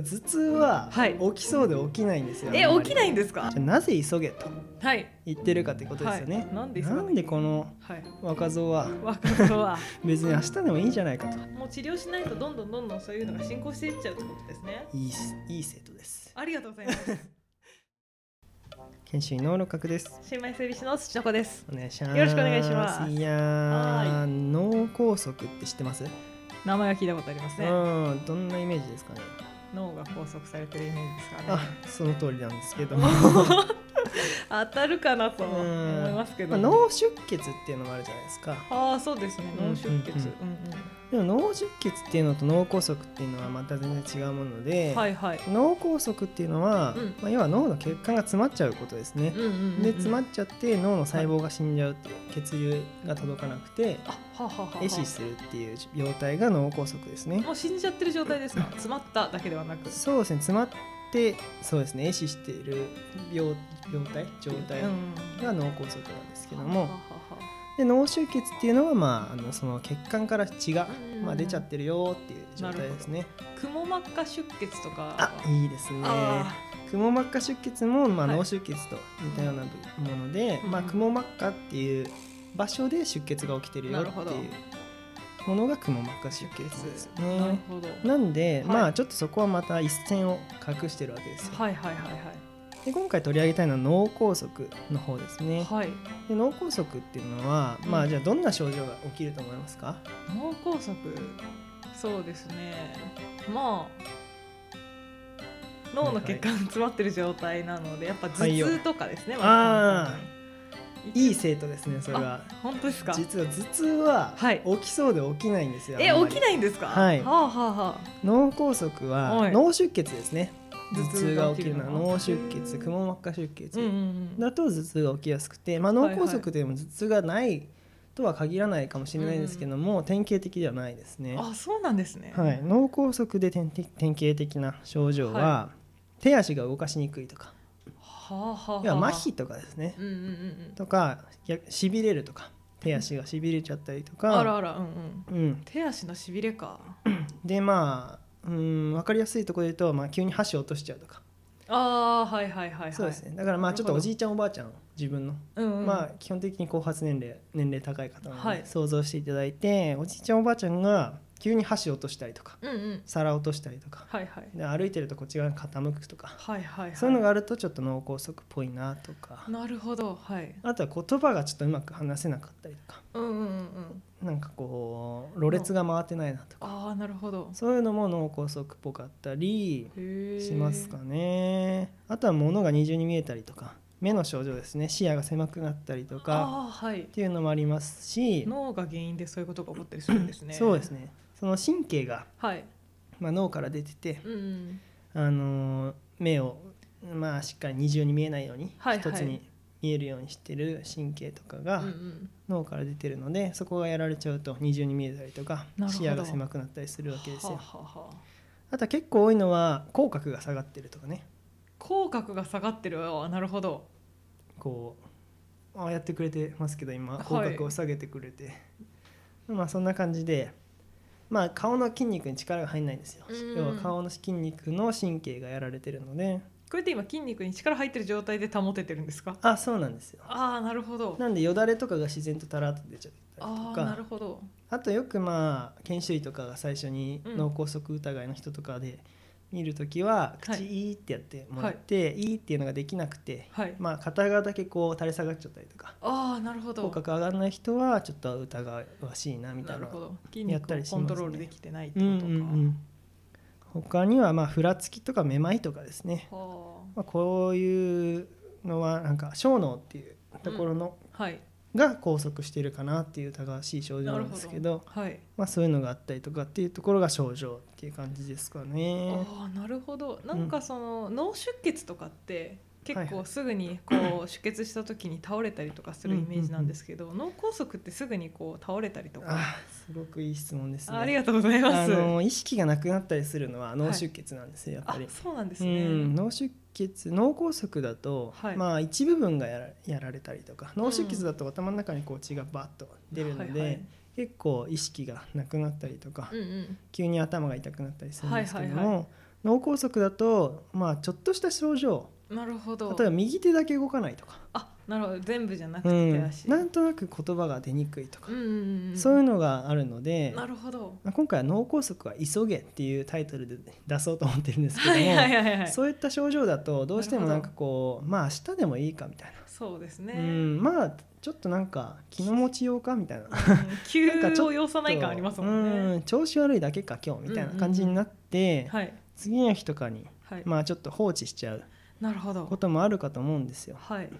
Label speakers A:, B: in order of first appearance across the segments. A: 頭痛は
B: はい
A: 起きそうで起きないんですよ、
B: え
A: あんまり
B: 起きないんですか
A: じゃあなぜ急げと
B: はい
A: 言ってるかってことですよね、
B: はいなんで急が
A: な
B: なきゃ
A: んでこの
B: はい
A: 若造は
B: 若造は
A: 別に明日でもいいんじゃないかと
B: もう治療しないとどんどんどんどんそういうのが進行していっちゃうってことですね
A: いいしいい生徒です
B: ありがとうございます
A: 研修医の六角です
B: 新米整備士の土子です
A: お願いします
B: よろしくお願いします
A: いや
B: は
A: ー脳梗塞って知ってます、
B: 名前は聞いたことありますね
A: うんどんなイメージですかね
B: 脳が拘束されてるイメージですから
A: あ
B: ね
A: その通りなんですけど も
B: 当たるかなと思
A: うん
B: いますけ
A: ま
B: ど、
A: あ、脳出血っていうのもあるじゃないですか
B: ああそうですね脳出血、
A: う
B: うん
A: う
B: んうんん
A: うんでも脳出血っていうのと脳梗塞っていうのはまた全然違うもので、
B: はいはい、
A: 脳梗塞っていうのは、
B: うん
A: まあ、要は脳の血管が詰まっちゃうことですね
B: うん、うんうんうん
A: で詰まっちゃって脳の細胞が死んじゃうっていう血流が届かなくて
B: あはあはあはあ
A: 壊死するっていう病態が脳梗塞ですね
B: もう死んじゃってる状態ですか詰まっただけではなく
A: そうですね詰まってそうですね壊死している病病態状態
B: うん
A: が脳梗塞なんですけど
B: は
A: も
B: はは
A: で脳出血っていうのは、まあ、あのその血管から血が、
B: うん
A: まあ、出ちゃってるよっていう状態ですね
B: はくも膜下出血とか
A: あいいですね
B: あ
A: くも膜下出血も、まあ、
B: はい
A: 脳出血と似たようなもので、
B: うん
A: まあ、くも膜下っていう場所で出血が起きてるよ
B: な
A: って
B: るほど
A: いうものがくも膜下出血です
B: ーなる
A: ね。
B: ほど
A: なんで、
B: はい
A: まあちょっとそこはまた一線を隠してるわけですよ。
B: はいはいはい
A: で今回取り上げたいのは脳梗塞の方ですね。
B: はいはい
A: で脳梗塞っていうのは、まあ
B: うん
A: じゃあどんな症状が起きると思いますか？
B: 脳梗塞そうですねまあ脳の血管詰まってる状態なのでやっぱ頭
A: はいよ
B: 痛とかですね、
A: あー
B: ま
A: いい生徒ですねそれは。
B: 本当ですか
A: 実は頭痛は
B: はい
A: 起きそうで起きないんですよ。
B: え
A: あんま
B: 起
A: り
B: きないんですか
A: はい
B: はあ、はあは
A: 脳梗塞
B: は
A: はい脳出血ですね。
B: 頭
A: 頭痛
B: 痛
A: が
B: が
A: 起
B: 起
A: き
B: き
A: る
B: る
A: の
B: の
A: は脳出血、くも膜下出
B: あ、うんうん
A: 血
B: うん、
A: だと頭痛が起きやすくて、まあ、脳梗塞でも頭痛がないとは限らないかもしれないんですけども、典型的ではないですね。
B: あそうなんですね、
A: はい、脳梗塞で典典型的な症状は、
B: は
A: 手足が動かしにくいとか
B: はあはあはあ、
A: 要は麻痺とかですね、
B: うんうんうんうん
A: とかしびれるとか手足がしびれちゃったりとか、
B: あらあらうんうん
A: うん、
B: 手足のしびれか
A: でまあうん分かりやすいところで言うと、まあ、急に箸落としちゃうとか、
B: ああーはいはいはいはい
A: そうですねだからまあ
B: な
A: ち
B: る
A: ょっ
B: ほど
A: とおじいちゃんおばあちゃん自分の、
B: うんうん、
A: まあ基本的に後発年齢年齢高い方なので、
B: はい
A: 想像していただいておじいちゃんおばあちゃんが急に箸落としたりとか
B: うんうん
A: 皿落としたりとか
B: はいはい
A: で歩いてるとこっち側に傾くとか
B: はいはいはい
A: そういうのがあるとちょっと脳梗塞っぽいなとか
B: なるほどはい
A: あとは言葉がちょっとうまく話せなかったりとか
B: うんうんうんうん
A: なんかこうろれつが回ってないなとか
B: ああなるほど
A: そういうのも脳梗塞っぽかったり
B: へえ
A: しますかねあとは物が二重に見えたりとか目の症状ですね視野が狭くなったりとか
B: ああーはい
A: っていうのもありますし
B: 脳が原因でそういうことが起こったりするんですね
A: そうです
B: ね
A: ねその神経が、
B: はい
A: まあ、脳から出てて、
B: うんうん
A: あのー目を、まあ、しっかり二重に見えないように
B: はい
A: 一つ
B: は
A: に
B: い
A: 見えるようにしてる神経とかが、
B: うんうん
A: 脳から出てるのでそこがやられちゃうと二重に見えたりとか
B: なるほ
A: 視
B: ど
A: 野が狭くなったりするわけですよ
B: はあはあはあ
A: あとは結構多いのは口角が下がってるとかね
B: 口角が下がってるあーなるほど
A: こうあやってくれてますけど今
B: はい
A: 口角を下げてくれて、まあそんな感じでまあ顔の筋肉に力が入んないんですよ
B: うん
A: 要は顔の筋肉の神経がやられてるので
B: これって今筋肉に力入ってる状態で保ててるんですか
A: あそうなんですよ
B: ああなるほど
A: なんでよだれとかが自然とたらっと出ちゃったり
B: あ
A: と
B: あ
A: か
B: なるほど
A: あとよくまあ研修医とかが最初に
B: うん
A: 脳梗塞疑いの人とかで見る時は
B: はい
A: 口いいってやってもらって、い、いっていうのができなくて、
B: はい
A: まあ片側だけこう垂れ下がっちゃったりとか
B: ああなるほど
A: 口角上がらない人はちょっと疑わしいなみた
B: ないる
A: な
B: ほど筋
A: やっ
B: 肉
A: た
B: を
A: りします
B: コ
A: ね
B: ントロールできてないって
A: う
B: こ
A: んう
B: と
A: ん
B: か、
A: うん他にはまあふらつきとかめまいとかですね、
B: は
A: まあ、こういうのはなんか小脳っていうところの、
B: あはい
A: が拘束してるかなっていう疑わしい症状なんですけど
B: はい、
A: まあ、そういうのがあったりとかっていうところが症状っていう感じですかね。
B: ああなるほどなんかその、脳出血とかって結
A: はいは
B: 構すぐにこう出血した時に倒れたりとかするイメージなんですけど、脳梗塞ってすぐにこう倒れたりとか
A: あーすごくいい質問ですね。
B: あありがとうございます、
A: あの意識がなくなったりするのは脳出血なんですよ、やっ
B: あ
A: ぱり。
B: そうなんです
A: う
B: ね、
A: ん、脳出血脳梗塞だと、
B: はい
A: まあ一部分がやらやられたりとか脳出血だと頭の中にこう血がバッと出るので、
B: はいはい
A: 結構意識がなくなったりとか、
B: うんうん
A: 急に頭が痛くなったりするんですけども、
B: はいはいは
A: 脳梗塞だと、まあ、ちょっとした症状
B: なるほど
A: 例えば右手だけ動かないとか、
B: あなるほど全部じゃなく
A: う
B: て手
A: ん、
B: 足、
A: なんとなく言葉が出にくいとか
B: うん、うんうん、
A: そういうのがあるので
B: なるほど
A: まあ今回は「脳梗塞は急げ」っていうタイトルで出そうと思ってるんですけども、
B: はいはいはいはいそ
A: そういった症状だとどうしても
B: な
A: な
B: る
A: ん
B: ほど
A: かこうまあ明日でもいいかみたいな、
B: うです
A: う
B: ね、
A: ん、まあちょっとなんか気の持ちようかみたいな
B: うん急
A: なんかちょっと
B: を要さ ない感ありますもんね、
A: うん調子悪いだけか今日みたいな感じになって、
B: はい
A: 次の日とかに、
B: はい、
A: まあ、ちょっと放置しちゃう
B: なるほど
A: こともあるかと思うんですよ。
B: はい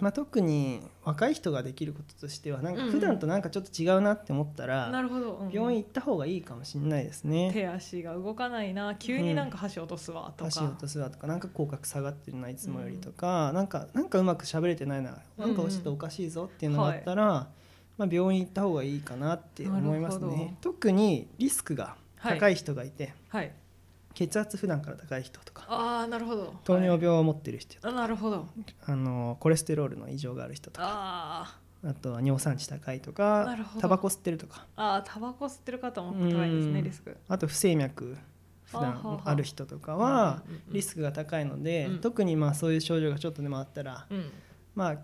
A: まあ、特に若い人ができることとしてはなんか
B: うんうん
A: 普段となんかちょっと違うなって思ったら、
B: なるほど、うん
A: 病院行った方がいいかもしれないですね。
B: 手足が動かないな急になんか箸落とすわとか、
A: 足を落とすわとかなんか口角下がってるないつもよりとか、なんかなんかうまく喋れてないな、
B: うんうん
A: なんかちょっとおかしいぞっていうのがあったら、まあ、病院行った方がいいかなって思います
B: なるほど
A: ね特にリスクが高い人がいて、
B: はい
A: 血圧普段から高い人とか
B: ああなるほど
A: 糖尿病を持ってる人、
B: はいあなるほど
A: あのコレステロールの異常がある人とか
B: あ
A: あとは尿酸値高いと
B: な
A: か
B: るほど
A: タバコ吸ってるとか
B: ーあータバコ吸ってる方も高いです
A: う
B: ね
A: ん
B: リスク
A: あと不整脈普
B: あはあは
A: 段
B: あ
A: ある人とかは
B: うんうんうん
A: リスクが高いので、
B: うん
A: 特にまあそういう症状がちょっとでもあったら、
B: うん
A: まあ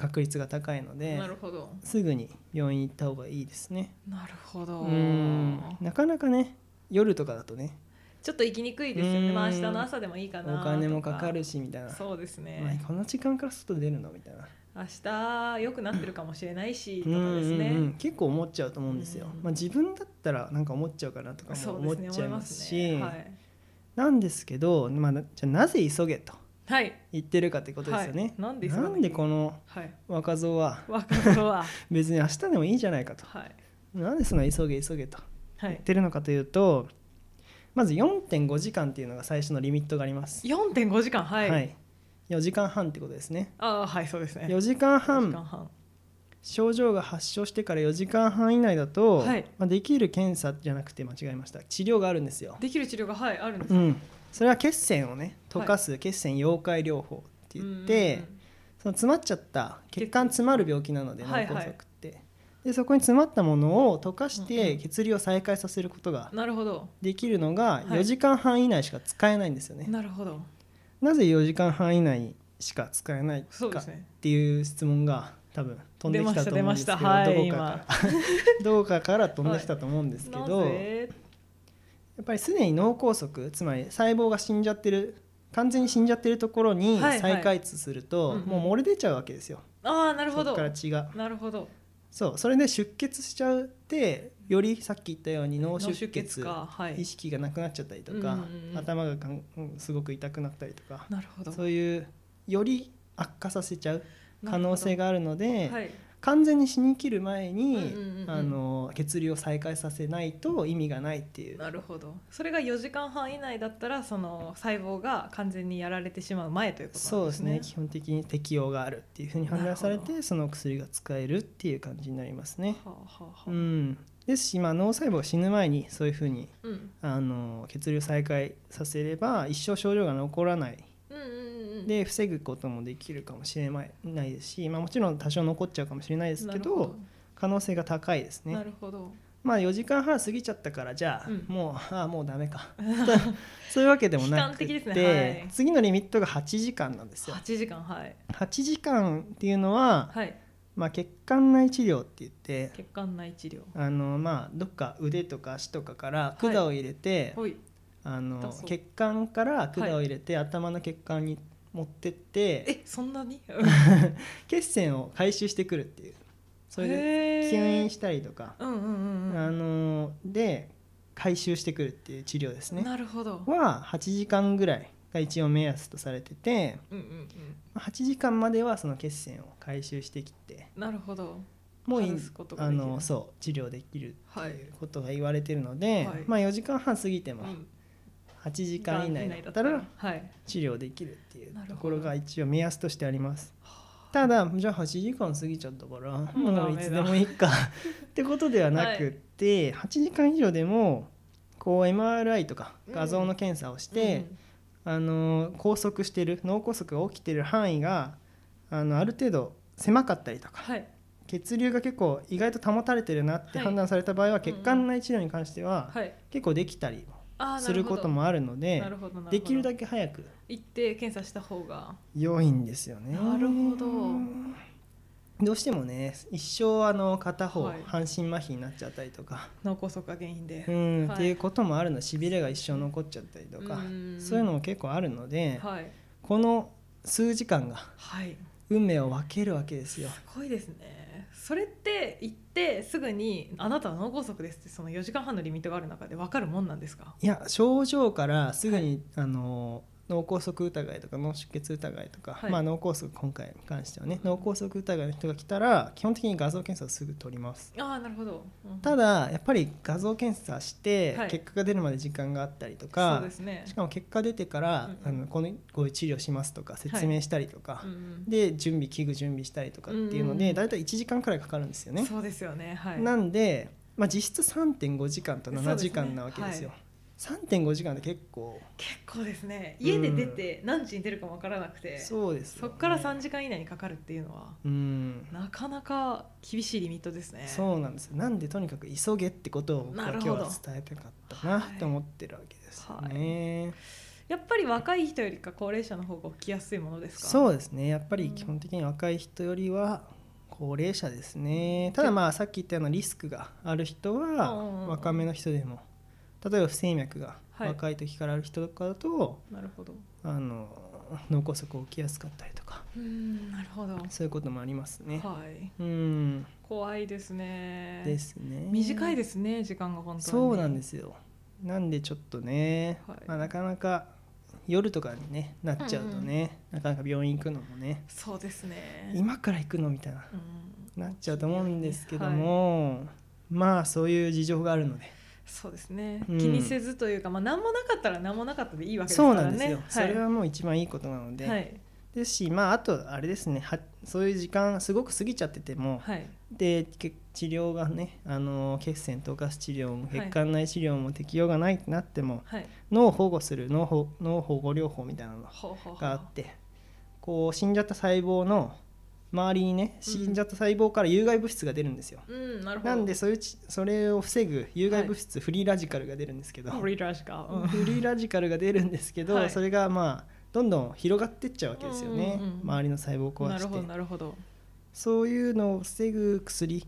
A: 確率が高いので
B: なるほど
A: すぐに病院行った方がいいですね
B: なるほど
A: うんなかなかね夜とかだとね
B: ちょっと行きにくいですよねまあ
A: うん
B: 明日の朝でもいいか
A: お
B: なと
A: 金もかかるしみたいな、
B: そうです
A: ま
B: ね
A: あ、この時間から外出るのみたいな
B: 明日良くなってるかもしれないしと
A: うん
B: かですね
A: うんうん結構思っちゃうと思うんですよ、
B: うん
A: まあ、自分だったらなんか思っちゃうかなとかも
B: そう
A: 思
B: で
A: っ
B: す
A: ち
B: ね
A: ゃ
B: 思
A: い
B: いま
A: ます
B: す
A: し
B: ねはい
A: なんですけど、まあ、なじゃあなぜ急げと
B: はい
A: 言ってるかってことですよね、
B: はいなんで急がな
A: ないんでこの
B: はい
A: 若造は
B: 若 者は
A: 別に明日でもいいじゃないかと
B: はい
A: なんでそんな急げ急げと
B: は
A: 言っ
B: い
A: てるのかというと、まず4.5時間っていうのが最初のリミットがあります。
B: 4.5時間はい、
A: 4時間半ってことですね。
B: ああはいそうですね
A: 4時間
B: 4時間
A: 半
B: 半
A: 症状が発症してから4時間半以内だと、
B: はい
A: まあ、できる検査じゃなくて間違えました治療があるんですよ。
B: できる治療がはいあるんです
A: う
B: よ
A: ん、それは血栓をね溶かす血栓溶解療法って言って、
B: うんうん
A: その詰まっちゃった血管詰まる病気なので脳
B: はい
A: 梗
B: はい
A: 塞って、でそこに詰まったものを溶かし
B: うんう
A: て
B: ん
A: 血流を再開させることが
B: うんなるほど
A: できるのが
B: はい
A: 4時間半以内しか使えないんですよね。
B: なるほど
A: なぜ4時間半以内しか使えない
B: そうで
A: か
B: すね
A: っていう質問が多分飛んできたと思うんですけどどこ
B: 出ました出
A: か
B: ま
A: からどこかから飛んできたと思うんですけ
B: な
A: ど、や
B: ぜ
A: っぱりすでに脳梗塞つまり細胞が死んじゃってる完全に死んじゃってるところに
B: はいはい
A: 再開通すると、
B: うんうん
A: もう漏れ出ちゃうわけですよ、
B: ああなるほ
A: そ
B: ど
A: こから血が。
B: なるほど
A: そうそれで出血しちゃうってよりさっき言ったように脳出
B: 脳
A: 血
B: 出血かはい
A: 意識がなくなっちゃったりと
B: う
A: か、
B: んうんうん
A: 頭がかんうんすごく痛くなったりとか
B: なるほど
A: そういうより悪化させちゃう可能性
B: が
A: があるので
B: はい
A: 完全に死にきる前に、
B: うんうんうんうん
A: あの血流を再開させないと意味がないっていう
B: なるほどそれが4時間半以内だったらその細胞が完全にやられてしまう前ということ
A: そ
B: な
A: うんで
B: ですす
A: ね
B: ね
A: 基本的に適用があるっていうふうに判断され
B: なる
A: てその薬が使えるっていう感じになりますね。
B: はあはあ
A: う
B: はあ
A: ん、ですし、まあ、脳細胞が死ぬ前にそういうふうに
B: うん
A: あの血流を再開させれば一生症状が残らない
B: うんうんうんうん
A: で防ぐこともできるかもしれないですし、まあ、もちろん多少残っちゃうかもしれないですけど可能性が高いですね。
B: なるほど
A: まあ4時間半過ぎちゃったからじゃあ、
B: うん
A: もうああもうダメ かそういうわけでもなくて、
B: 悲観的ですねはい
A: 次のリミットが8時間なんですよ
B: 8時間はい
A: 8時間っていうのは、
B: はい
A: まあ、血管内治療って言って
B: 血管内治療
A: あのまあどっか腕とか足とかから
B: はい
A: 管を入れて、
B: ほい
A: あ
B: 痛
A: の
B: そう
A: 血管から管を入れて、頭の血管に持ってって
B: えそ んなに
A: 血栓を回収してくるっていうそれで
B: で
A: 吸引したりとか、
B: うんうんうん
A: あ
B: うん
A: ので回収してくるっていう治療ですね。
B: なるほど
A: は8時間ぐらいが一応目安とされてて
B: うんうんうん
A: 8時間まではその血栓を回収してきて
B: なるほど
A: もうい
B: 外すことが
A: あ
B: できる
A: のそう治療できる
B: はい
A: ということが言われてるので、
B: はい
A: まあ4時間半過ぎても
B: うん
A: 8時間以内だったら
B: はい
A: 治療できるっていう
B: なるほど
A: ところが一応目安としてあります。ただじゃあ8時間過ぎちゃったから
B: もうダ
A: もう
B: メ
A: い
B: だ
A: つでもいいかってことではなくって、8時間以上でもこう MRI とか画像の検査をして、
B: うん
A: あの拘束してる脳梗塞が起きてる範囲があのある程度狭かったりとか
B: はい
A: 血流が結構意外と保たれてるなって
B: はい
A: 判断された場合は、
B: んうん
A: 血管内治療に関しては
B: はい
A: 結構できたりも
B: あー
A: することもあるので
B: なるほどなるほど
A: できるだ
B: け
A: け早く
B: 行って検査した方が
A: 良いんですよね。
B: なるほど
A: どうしてもね一生あの片方、
B: はい
A: 半身麻痺になっちゃったりとか、
B: 脳梗塞が原因で、
A: うん
B: はい
A: っていうこともあるのしびれが一生残っちゃったりとか、
B: うん
A: そういうのも結構あるので、
B: はい
A: この数時間が
B: はい
A: 運命を分けるわけですよ。
B: すごいですねそれって行ってすぐに「あなたは脳梗塞です」ってその4時間半のリミットがある中で分かるもんなんですか
A: いや症状からすぐに、あの脳梗塞疑いとか脳出血疑いとか、
B: はい
A: まあ、脳梗塞今回に関してはね脳梗塞疑いの人が来たら基本的に画像検査をすぐ取ります。
B: ああなるほど、うん
A: ただやっぱり画像検査して
B: はい
A: 結果が出るまで時間があったりと
B: そう
A: か
B: で、すね
A: しかも結果出てから、
B: うんう
A: あ
B: ん
A: のこのこういう治療しますとか説明したりとか、
B: うんうん
A: で準備器具準備したりとかっていうの
B: うんうんう
A: で、
B: ん
A: だいたい1時間くらいかかるんですよね。
B: そうですよねはい
A: なんで、まあ、実質3.5時間と7時
B: そうです
A: 間
B: ね
A: なわけですよ。3.5時間で結構
B: 結構ですね家で出て何時に出るか分からなくて、そ
A: そうですよね、
B: っから3時間以内にかかるっていうのは
A: うん
B: なかなか厳しいリミットですね
A: そうなんですよなんでとにかく急げってことを僕は
B: なる
A: 今
B: ほ
A: 日
B: ど
A: は伝えたかったなと思ってるわけですよね。
B: やっぱり若い人よりか高齢者の方が起きやすいものですかう
A: そうですねやっぱり
B: うん
A: 基本的に若い人よりは高齢者ですねただまあさっき言ったようなリスクがある人は
B: うんうんうん
A: 若めの人でも例えば不整脈が
B: はい
A: 若い時からある人とかだと、
B: なるほど
A: あの脳梗塞起きやすかったりとか
B: うんなるほど
A: そういうこともありますね。
B: はい
A: うん
B: 怖いですね
A: ですね。
B: 短いですね時間が本当に
A: そうなんですすよなんでちょっとね、
B: はい
A: まあ、なかなか夜とかに、ね、なっちゃうとね、なかなか病院行くのもね
B: そうですね
A: 今から行くのみたいな
B: うん
A: なっちゃうと思うんですけども、まあそういう事情があるので
B: そうですね、
A: うん
B: 気にせずというか、まあ、何もなかったら何もなかったでいいわけですか
A: そう
B: らね
A: なんですよ、
B: はい、
A: それはもう一番いいことなので、
B: はい
A: ですしまああとあれですねはそういう時間すごく過ぎちゃってても、
B: はい
A: でけ治療がねあの血栓透過治療も
B: はい
A: 血管内治療も適用がないってなっても、
B: はい
A: 脳を保護する脳保脳保護療法みたいなの
B: ほうほうほう
A: があってこう死んじゃった細胞の周りにね死んじゃった細胞から有害物質が出るんですよ。
B: うんなるほど
A: なんでそういうちそれを防ぐ有害物質、フリーラジカルが出るんですけど
B: フ
A: フ
B: リーラジカル、
A: リーラジカルが出るんですけど、
B: はい
A: それがまあどんどん広がってっちゃうわけですよね、
B: うんうんうん
A: 周りの細胞を壊
B: なる
A: し
B: ほど
A: て
B: なるほど
A: そういうのを防ぐ薬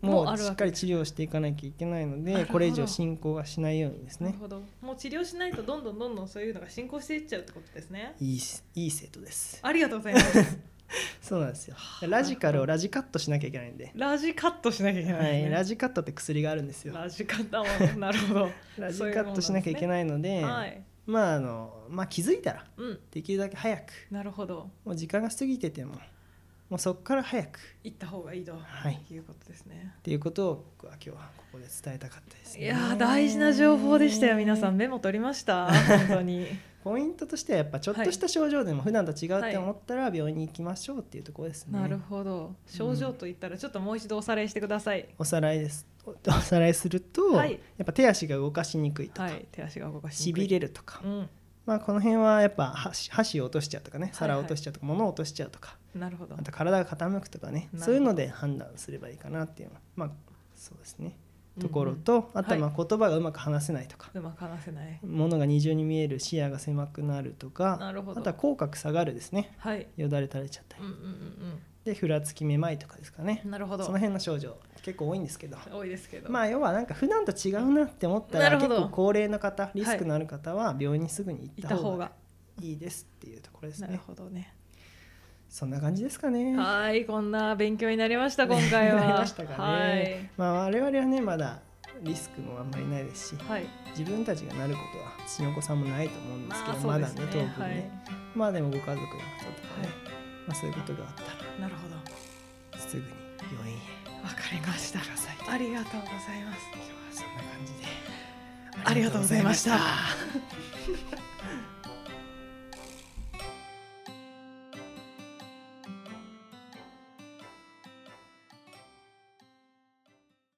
B: もうあ
A: も
B: るわけです
A: しっかり治療していかなきゃいけないの
B: なる
A: で
B: ほど
A: これ以上進行がしないようにです
B: な
A: ね
B: るほどもう治療しないとどんどんどんどんそういうのが進行していっちゃうってことです ね
A: いいしいい生徒です
B: ありがとうございます
A: そうなんですよラジカルをラジカットしなきゃいけないんで、
B: ラジカットしなきゃいけない
A: は
B: ですね、
A: い、ラジカットって薬があるんですよ
B: ラジカットはなる ほど
A: ラジカットしなきゃいけ
B: な
A: ないので
B: はい
A: まああのまあ気づいたら
B: うん
A: できるだけ早く
B: なるほど
A: もう時間が過ぎててももうそこから早くっ
B: 行った方がいいと、
A: はい、
B: いうことですね
A: ていうことを僕は今日はここで伝えたかったです、
B: いやー大事な情報でしたよ皆さん
A: ん
B: メモ取りました 本当に
A: ポイントとしてはやっぱちょっとした症状でも普段と違うって思ったら病院に行きましょうっていうところですね、
B: なるほど症状といったらちょっともう一度おさらいしてください、
A: おさらいですおおさらいすると、
B: はい
A: やっぱ手足が動かしにくいとか、
B: はい手足が動かし
A: し
B: にくい
A: びれるとか、
B: うん
A: まあこの辺はやっぱ箸箸を落としちゃうとかね
B: い
A: 皿を落としちゃうとか、物を落としちゃうとか
B: なるほど
A: あと体が傾くとかね
B: なるほど
A: そういうので判断すればいいかなっていうのはまあそうですね
B: うんう
A: と
B: ん
A: ころと、あとはまあ
B: は
A: 言葉がうまく話せないとか、
B: うまく話せない
A: ものが二重に見える視野が狭くなるとか
B: なるほ
A: あ
B: ど
A: とは口角下がるですね
B: はい
A: よだれ垂れちゃったり、
B: うんうんうん
A: でふらつきめまいとかですかね
B: うんなるほ
A: そ
B: ど
A: の辺の症状結構多いんですけど。
B: 多いですけど、
A: まあ要はなんか普段と違うなって思ったら
B: なる
A: 結
B: ほど
A: 構高齢の方リスクのある方は病院にすぐに
B: い
A: 行ったた方
B: 方
A: が
B: が
A: いいですっていうところです
B: なる
A: ね
B: ほどね
A: そんな感じですかね
B: はいこんな勉強になり ました今回は
A: なりましたか
B: はい
A: ね、まあ、我々はねまだリスクもあんまりないですし
B: はい、
A: 自分たちがなることは父のお子さんもないと思うんですけど、まだね当分ね、まあでもご家族の方とかね、まあ、そういうことがあったら
B: はい、なるほど
A: すぐに病院へ
B: わかりました
A: 行ってくださいと
B: ありがとうございます
A: 今日はそんな感じで
B: ありがとうございました。